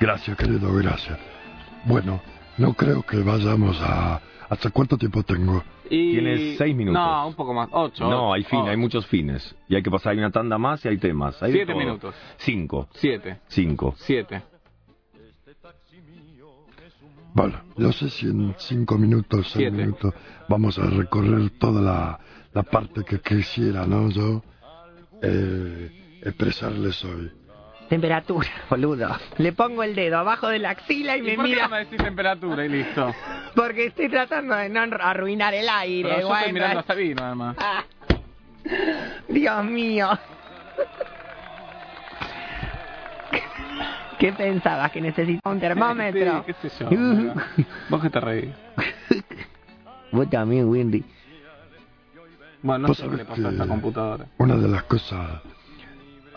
Gracias, querido, gracias. Bueno, no creo que vayamos a... ¿Hasta cuánto tiempo tengo? Y- Tienes seis minutos. No, un poco más. Ocho. No, hay fin, Oh, hay muchos fines. Y hay que pasar, hay una tanda más y hay temas. Hay de Siete todo. minutos. Cinco. Siete. Cinco. Siete. Vale, no sé si en cinco minutos, seis Siete. minutos, vamos a recorrer toda la, la parte que quisiera, ¿no? Yo eh, expresarles hoy. Temperatura, boludo. Le pongo el dedo abajo de la axila y me ¿Y por qué mira. no me decís temperatura y listo? Porque estoy tratando de no arruinar el aire. Pero yo estoy bueno. mirando a Sabino, además. Ah. Dios mío. ¿Qué pensabas? ¿Que necesitaba un termómetro? Sí, qué sé yo. pero- Vos que te reís. Vos también, Windy. Bueno, no Vos sé qué le sabés pasó a que esta computadora. Una de las cosas,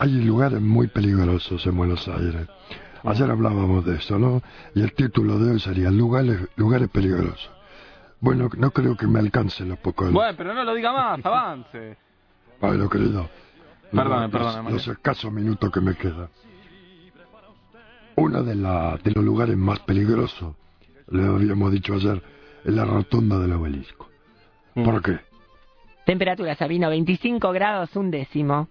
hay lugares muy peligrosos en Buenos Aires. Ayer hablábamos de eso, ¿no? Y el título de hoy sería Lugares, lugares peligrosos. Bueno, no creo que me alcancen los pocos. Bueno, pero no lo diga más, avance. Bueno, querido. Perdone, los- perdone, Mario. Los escasos minutos que me quedan. Uno de, la- de los lugares más peligrosos, le habíamos dicho ayer, es la rotonda del obelisco. Mm. Mm. ¿Por qué? Temperatura, Sabino, 25 grados, un décimo.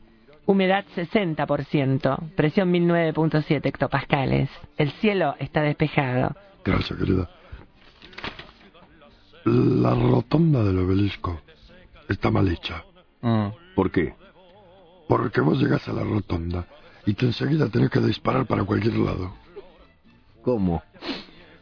Humedad 60%, presión 1009.7 hectopascales. El cielo está despejado. Gracias, querida. La rotonda del obelisco está mal hecha. Mm. ¿Por qué? Porque vos llegás a la rotonda y te enseguida tenés que disparar para cualquier lado. ¿Cómo?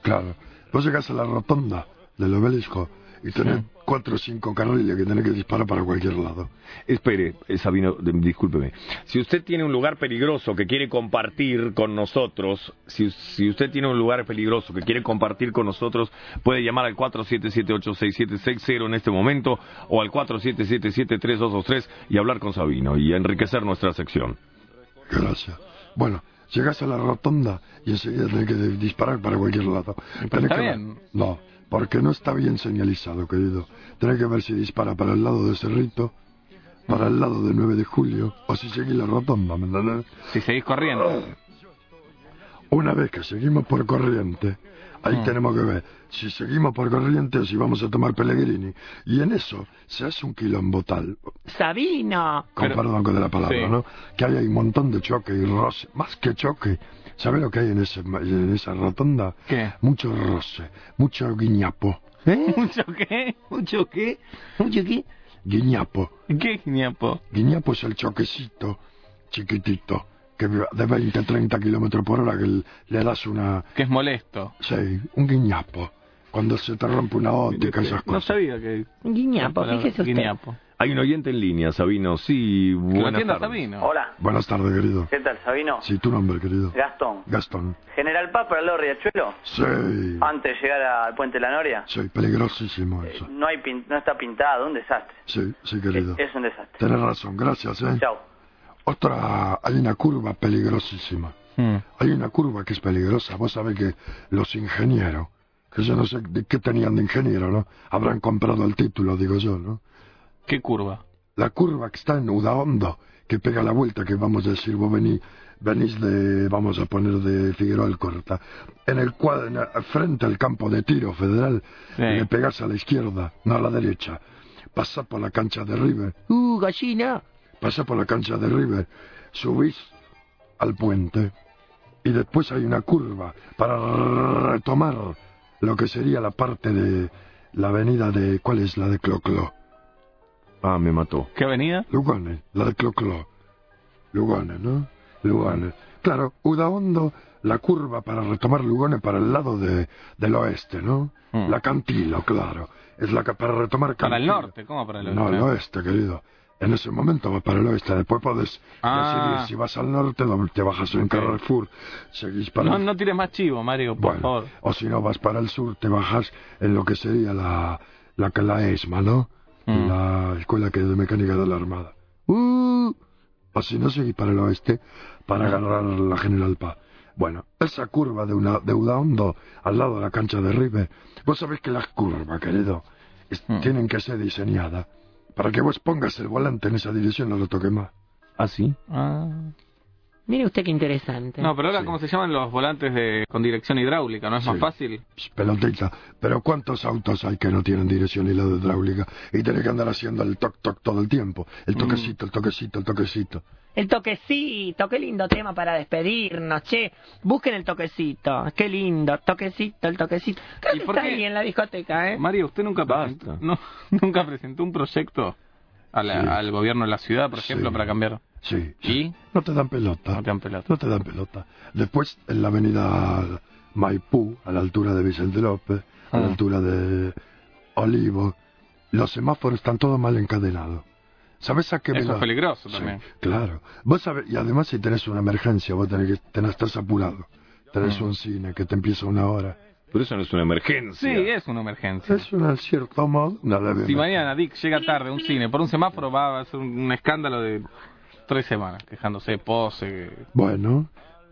Claro. Vos llegás a la rotonda del obelisco y tenés cuatro o cinco carriles que tenés que disparar para cualquier lado. Espere, eh, Sabino, de- discúlpeme. Si usted tiene un lugar peligroso que quiere compartir con nosotros, si, si usted tiene un lugar peligroso que quiere compartir con nosotros, puede llamar al 47786760 en este momento o al 47773223 y hablar con Sabino y enriquecer nuestra sección. Gracias. Bueno, llegás a la rotonda y enseguida tenés que de- disparar para cualquier lado. Tenés está que ver- bien. No, porque no está bien señalizado, querido. Tenés que ver si dispara para el lado de Cerrito, para el lado de 9 de julio, o si seguís la rotonda, ¿me entendés? Si seguís corriendo. Una vez que seguimos por corriente, ahí Ah. tenemos que ver si seguimos por corriente o si vamos a tomar Pellegrini. Y en eso se hace un quilombo tal, ¡Sabino! con Pero- perdón con la palabra, sí. ¿no? Que ahí hay un montón de choque y roce, más que choque. ¿Sabes lo que hay en, ese, en esa rotonda? ¿Qué? Mucho roce, mucho guiñapo. ¿Eh? ¿Mucho qué? ¿Mucho qué? ¿Mucho qué? Guiñapo. ¿Qué ñapo? Guiñapo es el choquecito chiquitito, que de 20 a 30 kilómetros por hora que le das una... Que es molesto. Sí, un guiñapo. Cuando se te rompe una óptica, esas No cosas. sabía que... Guiñapo, la palabra fíjese usted. guiñapo. Hay un oyente en línea, Sabino. Sí, Que lo buenas entienda tardes. Sabino. Hola, Buenas tardes, querido. ¿qué tal, Sabino? Ah. Sí, tu nombre, querido. Gastón. Gastón. General Paz para el lado de Riachuelo, Sí. antes de llegar al puente de la Noria. Sí, peligrosísimo eso. No, hay pin- no está pintado, un desastre. Sí, sí, Es, Eh, querido. es un desastre. Tienes razón, gracias, ¿eh? Chao. Otra, hay una curva peligrosísima. Mm. Hay una curva que es peligrosa. Vos sabés que los ingenieros, que yo no sé de qué tenían de ingeniero, ¿no? Habrán comprado el título, digo yo, ¿no? ¿Qué curva? La curva que está en Udaondo, que pega la vuelta, que vamos a decir, vos vení, venís de, vamos a poner de Figueroa Alcorta, en el cuadro, en el- frente al campo de tiro federal, Sí. le pegás a la izquierda, no a la derecha, pasás por la cancha de River, ¡Uh, gallina! pasás por la cancha de River, subís al puente, y después hay una curva para retomar lo que sería la parte de la avenida de, ¿cuál es la de Cloclo? Ah, me mató. ¿Qué avenida? Lugones, la de Cloclo. Lugones, ¿no? Lugones. Claro, Udaondo, la curva para retomar Lugones para el lado de, del oeste, ¿no? Mm. La Cantilo, claro. Es la que para retomar Para el Cantilo. norte, ¿cómo para el No, oeste? el oeste, querido. En ese momento vas para el oeste, después podés Ah. decidir si vas al norte, donde te bajas en Carrefour, seguís para No, el no tires más chivo, Mario, por bueno, favor. o si no vas para el sur, te bajas en lo que sería la, la, la ESMA, ¿no? Mm. La Escuela que- de Mecánica de la Armada. ¡Uh! O si no, seguís para el oeste Mm. para agarrar la General Paz. Bueno, esa curva de una deuda hondo al lado de la cancha de River, vos sabés que las curvas, querido, es- Mm. tienen que ser diseñadas para que vos pongas el volante en esa dirección no lo toques más. ¿Ah, sí? Ah. Mire usted qué interesante. No, pero ahora, Sí. ¿cómo se llaman los volantes de con dirección hidráulica? ¿No es más Sí. fácil? Ps, Pelotita, Pues, pero ¿cuántos autos hay que no tienen dirección y la hidráulica? Y tenés que andar haciendo el toc toc todo el tiempo. Mm. El toquecito, el toquecito, el toquecito. El toquecito, qué lindo tema para despedirnos, che. Busquen el toquecito, qué lindo, toquecito, el toquecito. Creo ¿Y que por está qué? ahí en la discoteca, ¿eh? Mario, ¿usted nunca Basta. presentó, no, nunca presentó un proyecto a la- Sí. al gobierno de la ciudad, por ejemplo, Sí. para cambiar? Sí. sí. ¿Y? No te dan pelota. No te dan pelota. No te dan pelota. Después, en la avenida Maipú, a la altura de Vicente López, a la Ah. altura de Olivo, los semáforos están todos mal encadenados. ¿Sabes a qué me Eso da? es peligroso Sí, también. claro. Vos sabés, y además si tenés una emergencia, vos tenés que tenés, estás apurado. Ah. Tenés un cine que te empieza una hora. Pero eso no es una Sí, emergencia. es una emergencia. Es una, en cierto modo, una leve Si emergencia. mañana Dick llega tarde a un cine por un semáforo, va a ser un, un escándalo de tres semanas, quejándose de pose. que- Bueno,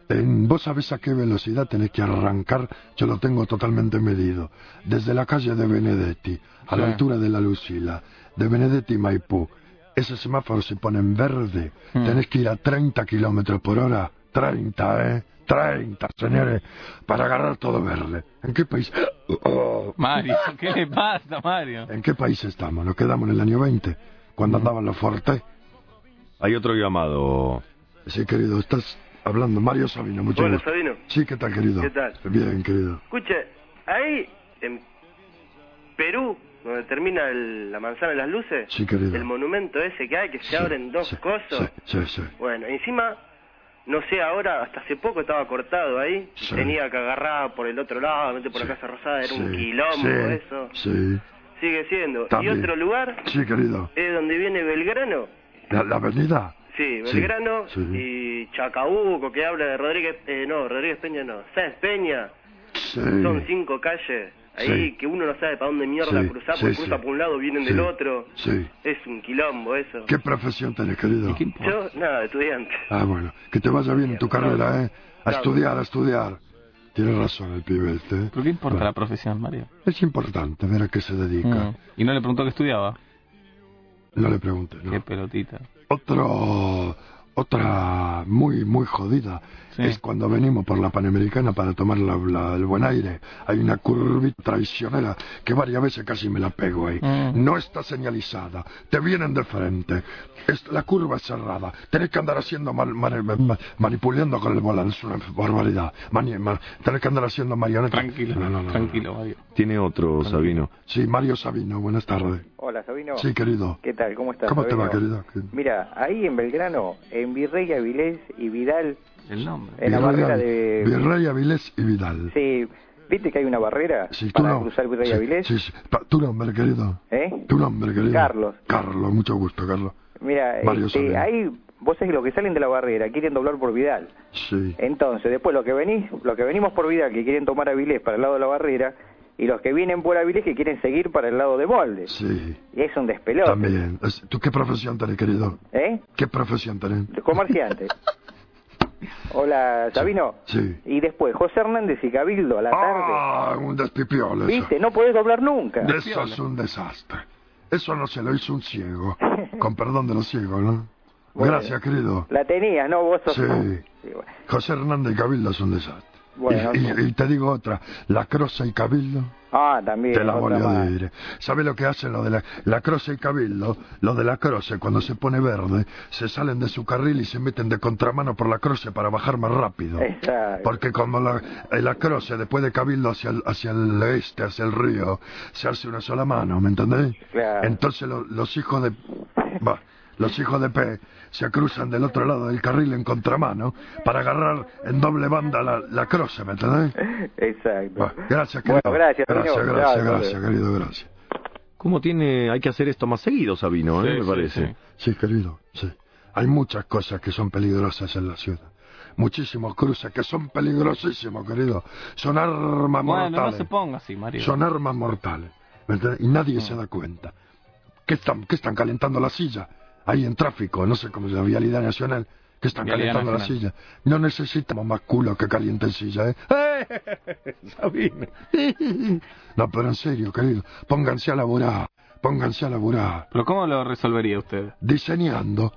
en- vos sabés a qué velocidad tenés que arrancar, yo lo tengo totalmente medido. Desde la calle de Benedetti, a la Sí. altura de la Lucila, de Benedetti y Maipú, ese semáforo se pone en verde, Mm. tenés que ir a 30 kilómetros por hora, 30, ¿eh? 30, señores, para agarrar todo verde. ¿En qué país? Oh, Mario, ¿qué le pasa, Mario? ¿En qué país estamos? Nos quedamos en el año 20, cuando Hmm. andaban los fortes. Hay otro llamado. Sí, querido, estás hablando. Mario Sabino, mucho Hola, gusto. Sabino. Sí, ¿qué tal, querido? ¿Qué tal? Bien, querido. Escuche, ahí en Perú, donde termina el- la manzana de las luces, Sí, querido. el monumento ese que hay, que se Sí, abren dos sí, cosas. Sí, sí, sí. Bueno, encima, no sé ahora, hasta hace poco estaba cortado ahí, Sí. tenía que agarrar por el otro lado, vete por Sí. la Casa Rosada, era un Sí, quilombo sí, eso. Sí, Sigue siendo. También. Y otro lugar sí, querido. es donde viene Belgrano. La, la avenida. Sí, Sí, Belgrano sí. y Chacabuco, que habla de Rodríguez, eh, no, Rodríguez Peña no, Sáenz Peña. Sí. Son cinco calles ahí Sí. que uno no sabe para dónde mierda Sí, cruzar, sí, porque sí. cruza por un lado, vienen Sí, del otro. Sí. Es un quilombo eso. ¿Qué profesión tenés, querido? ¿Qué importa? Yo, nada, estudiante. Ah, bueno. Que te vaya bien en tu carrera, ¿eh? A Claro. estudiar, a estudiar. Tienes razón el pibe este. ¿eh? ¿Pero qué importa Bueno, la profesión, Mario? Es importante ver a qué se dedica. Mm. Y no le preguntó qué estudiaba. No le pregunté, ¿no? Qué pelotita. Otro, otra muy, muy jodida Sí. es cuando venimos por la Panamericana para tomar la- la- el buen aire. Hay una curvita traicionera que varias veces casi me la pego ahí. Mm. No está señalizada, te vienen de frente, es- la curva es cerrada, tenés que andar haciendo mal- mal- ma- manipulando con el volante, es una barbaridad. Mani- ma- tenés que andar haciendo marioneta. Tranquilo, No, no, no, tranquilo, Mario. Tiene otro, Sabino. no. Sí, Mario Sabino, buenas tardes. Hola, Sabino. Sí, querido. ¿Qué tal? ¿Cómo estás? ¿Cómo te va, Sabino? querido? Mira, ahí en Belgrano, en Virrey Avilés y Vidal, El nombre. en la Virrey barrera Avi- de... Virrey Avilés y Vidal. Sí, ¿viste que hay una barrera Sí, tu para nom- cruzar Virrey sí, Avilés? sí, sí. Pa- Tu nombre, querido. ¿Eh? Tu nombre, querido. Carlos. Carlos, mucho gusto, Carlos. Mira, Mario este, Sabino. ahí vos sabés que los que salen de la barrera quieren doblar por Vidal. Sí. Entonces, después los que venís, los que venimos por Vidal que quieren tomar Avilés para el lado de la barrera y los que vienen por Avilés que quieren seguir para el lado de Moldes. Sí. Y es un despelote. También. Es- ¿Tú qué profesión tenés, querido? ¿Eh? ¿Qué profesión tenés? Comerciante. Hola, Sabino. Sí. Y después, José Hernández y Cabildo a la tarde. Ah, un despipiol eso. ¿Viste? No podés doblar nunca. Eso es un desastre. Eso no se lo hizo un ciego. Con perdón de los ciegos, ¿no? Bueno. Gracias, querido. La tenías, ¿no? Vos sos... Sí. bueno. José Hernández y Cabildo es un desastre. Bueno. Y, y- y te digo otra, la Crosa y Cabildo, Ah, también. te la otra voy a más. decir. ¿Sabes lo que hacen los de la, la Crosa y Cabildo? Los de la Croce, cuando se pone verde, se salen de su carril y se meten de contramano por la Croce para bajar más rápido. Exacto. Porque como la, el acroce después de Cabildo hacia el, hacia el este, hacia el río, se hace una sola mano, ¿me entendés? Claro. Entonces lo- los hijos de... va, los hijos de P se cruzan del otro lado del carril en contramano para agarrar en doble banda la, la croce, ¿me entendés? Exacto. Va, gracias, querido. Bueno, gracias, gracias, señor. gracias, Chao, gracias, chao. querido, gracias. ¿Cómo tiene? Hay que hacer esto más seguido, Sabino, ¿eh? Sí, me sí, parece. sí. Sí, querido, sí. Hay muchas cosas que son peligrosas en la ciudad. Muchísimos cruces que son peligrosísimos, querido. Son armas Bueno, no mortales. se ponga así, Mario. Mm. Son armas mortales. ¿me entendés? Y nadie se da cuenta. ¿Qué están, qué están calentando la silla? Ahí en tráfico, no sé cómo se llama, Vialidad Nacional. ¿Qué están Vialidad calentando la Nacional. silla? No necesitamos más culo que calienten silla, ¿eh? Sabino. No, pero en serio, querido. Pónganse a laburar. Pónganse a laburar. ¿Pero cómo lo resolvería usted? Diseñando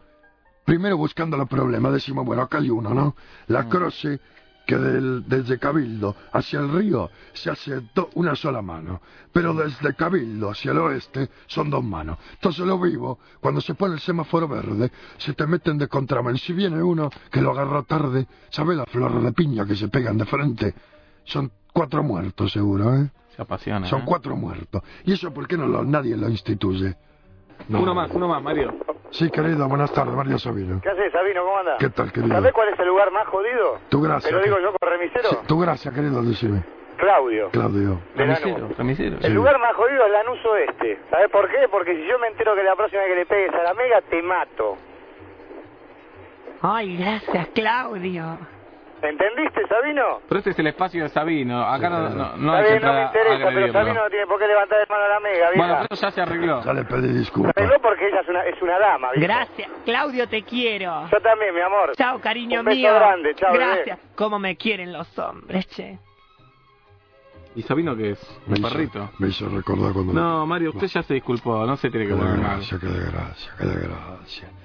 Primero buscando los problemas, decimos, bueno, acá hay uno, ¿no? Mm. La croce que del- desde Cabildo hacia el río se hace do- una sola mano, Mm. pero desde Cabildo hacia el oeste son dos manos. Entonces lo vivo, cuando se pone el semáforo verde, se te meten de contramano. Y si viene uno que lo agarró tarde, ¿sabe la flor de piña que se pegan de frente? Son cuatro muertos seguro, ¿eh? Se apasiona. Son ¿eh? cuatro muertos. ¿Y eso por qué no lo- nadie lo instituye? No. Uno más, uno más, Mario. Sí, querido, buenas tardes, Mario Sabino. ¿Qué haces, Sabino? ¿Cómo andas? ¿Qué tal, querido? ¿Sabés cuál es el lugar más jodido? Tu gracia. Te lo digo que- yo con remisero. Sí, tu gracia, querido, decime. Claudio. Claudio. de Lanús. Camisero, camisero. El lugar más jodido es Lanús Oeste. ¿Sabés por qué? Porque si yo me entero que la próxima vez que le pegues a la mega, te mato. Ay, gracias, Claudio. ¿Entendiste, Sabino? Pero este es el espacio de Sabino. Acá no, no, no Está hay que bien, no entrar me a interesa, pero agredirlo. Sabino no tiene por qué levantar el mano a la mega, vieja. Bueno, pero ya se arregló. Ya le pedí Se disculpas. arregló porque ella es una, es una dama, vieja. Gracias, Claudio, te quiero. Yo también, mi amor. Chao, cariño Un beso mío. grande, chao, bebé. Gracias. Cómo me quieren los hombres, che. ¿Y Sabino qué es? Me Un hizo- perrito. Me hizo recordar cuando... No, Mario, usted ya se disculpó. No se tiene Qué que poner mal. desgracia, qué desgracia, qué desgracia.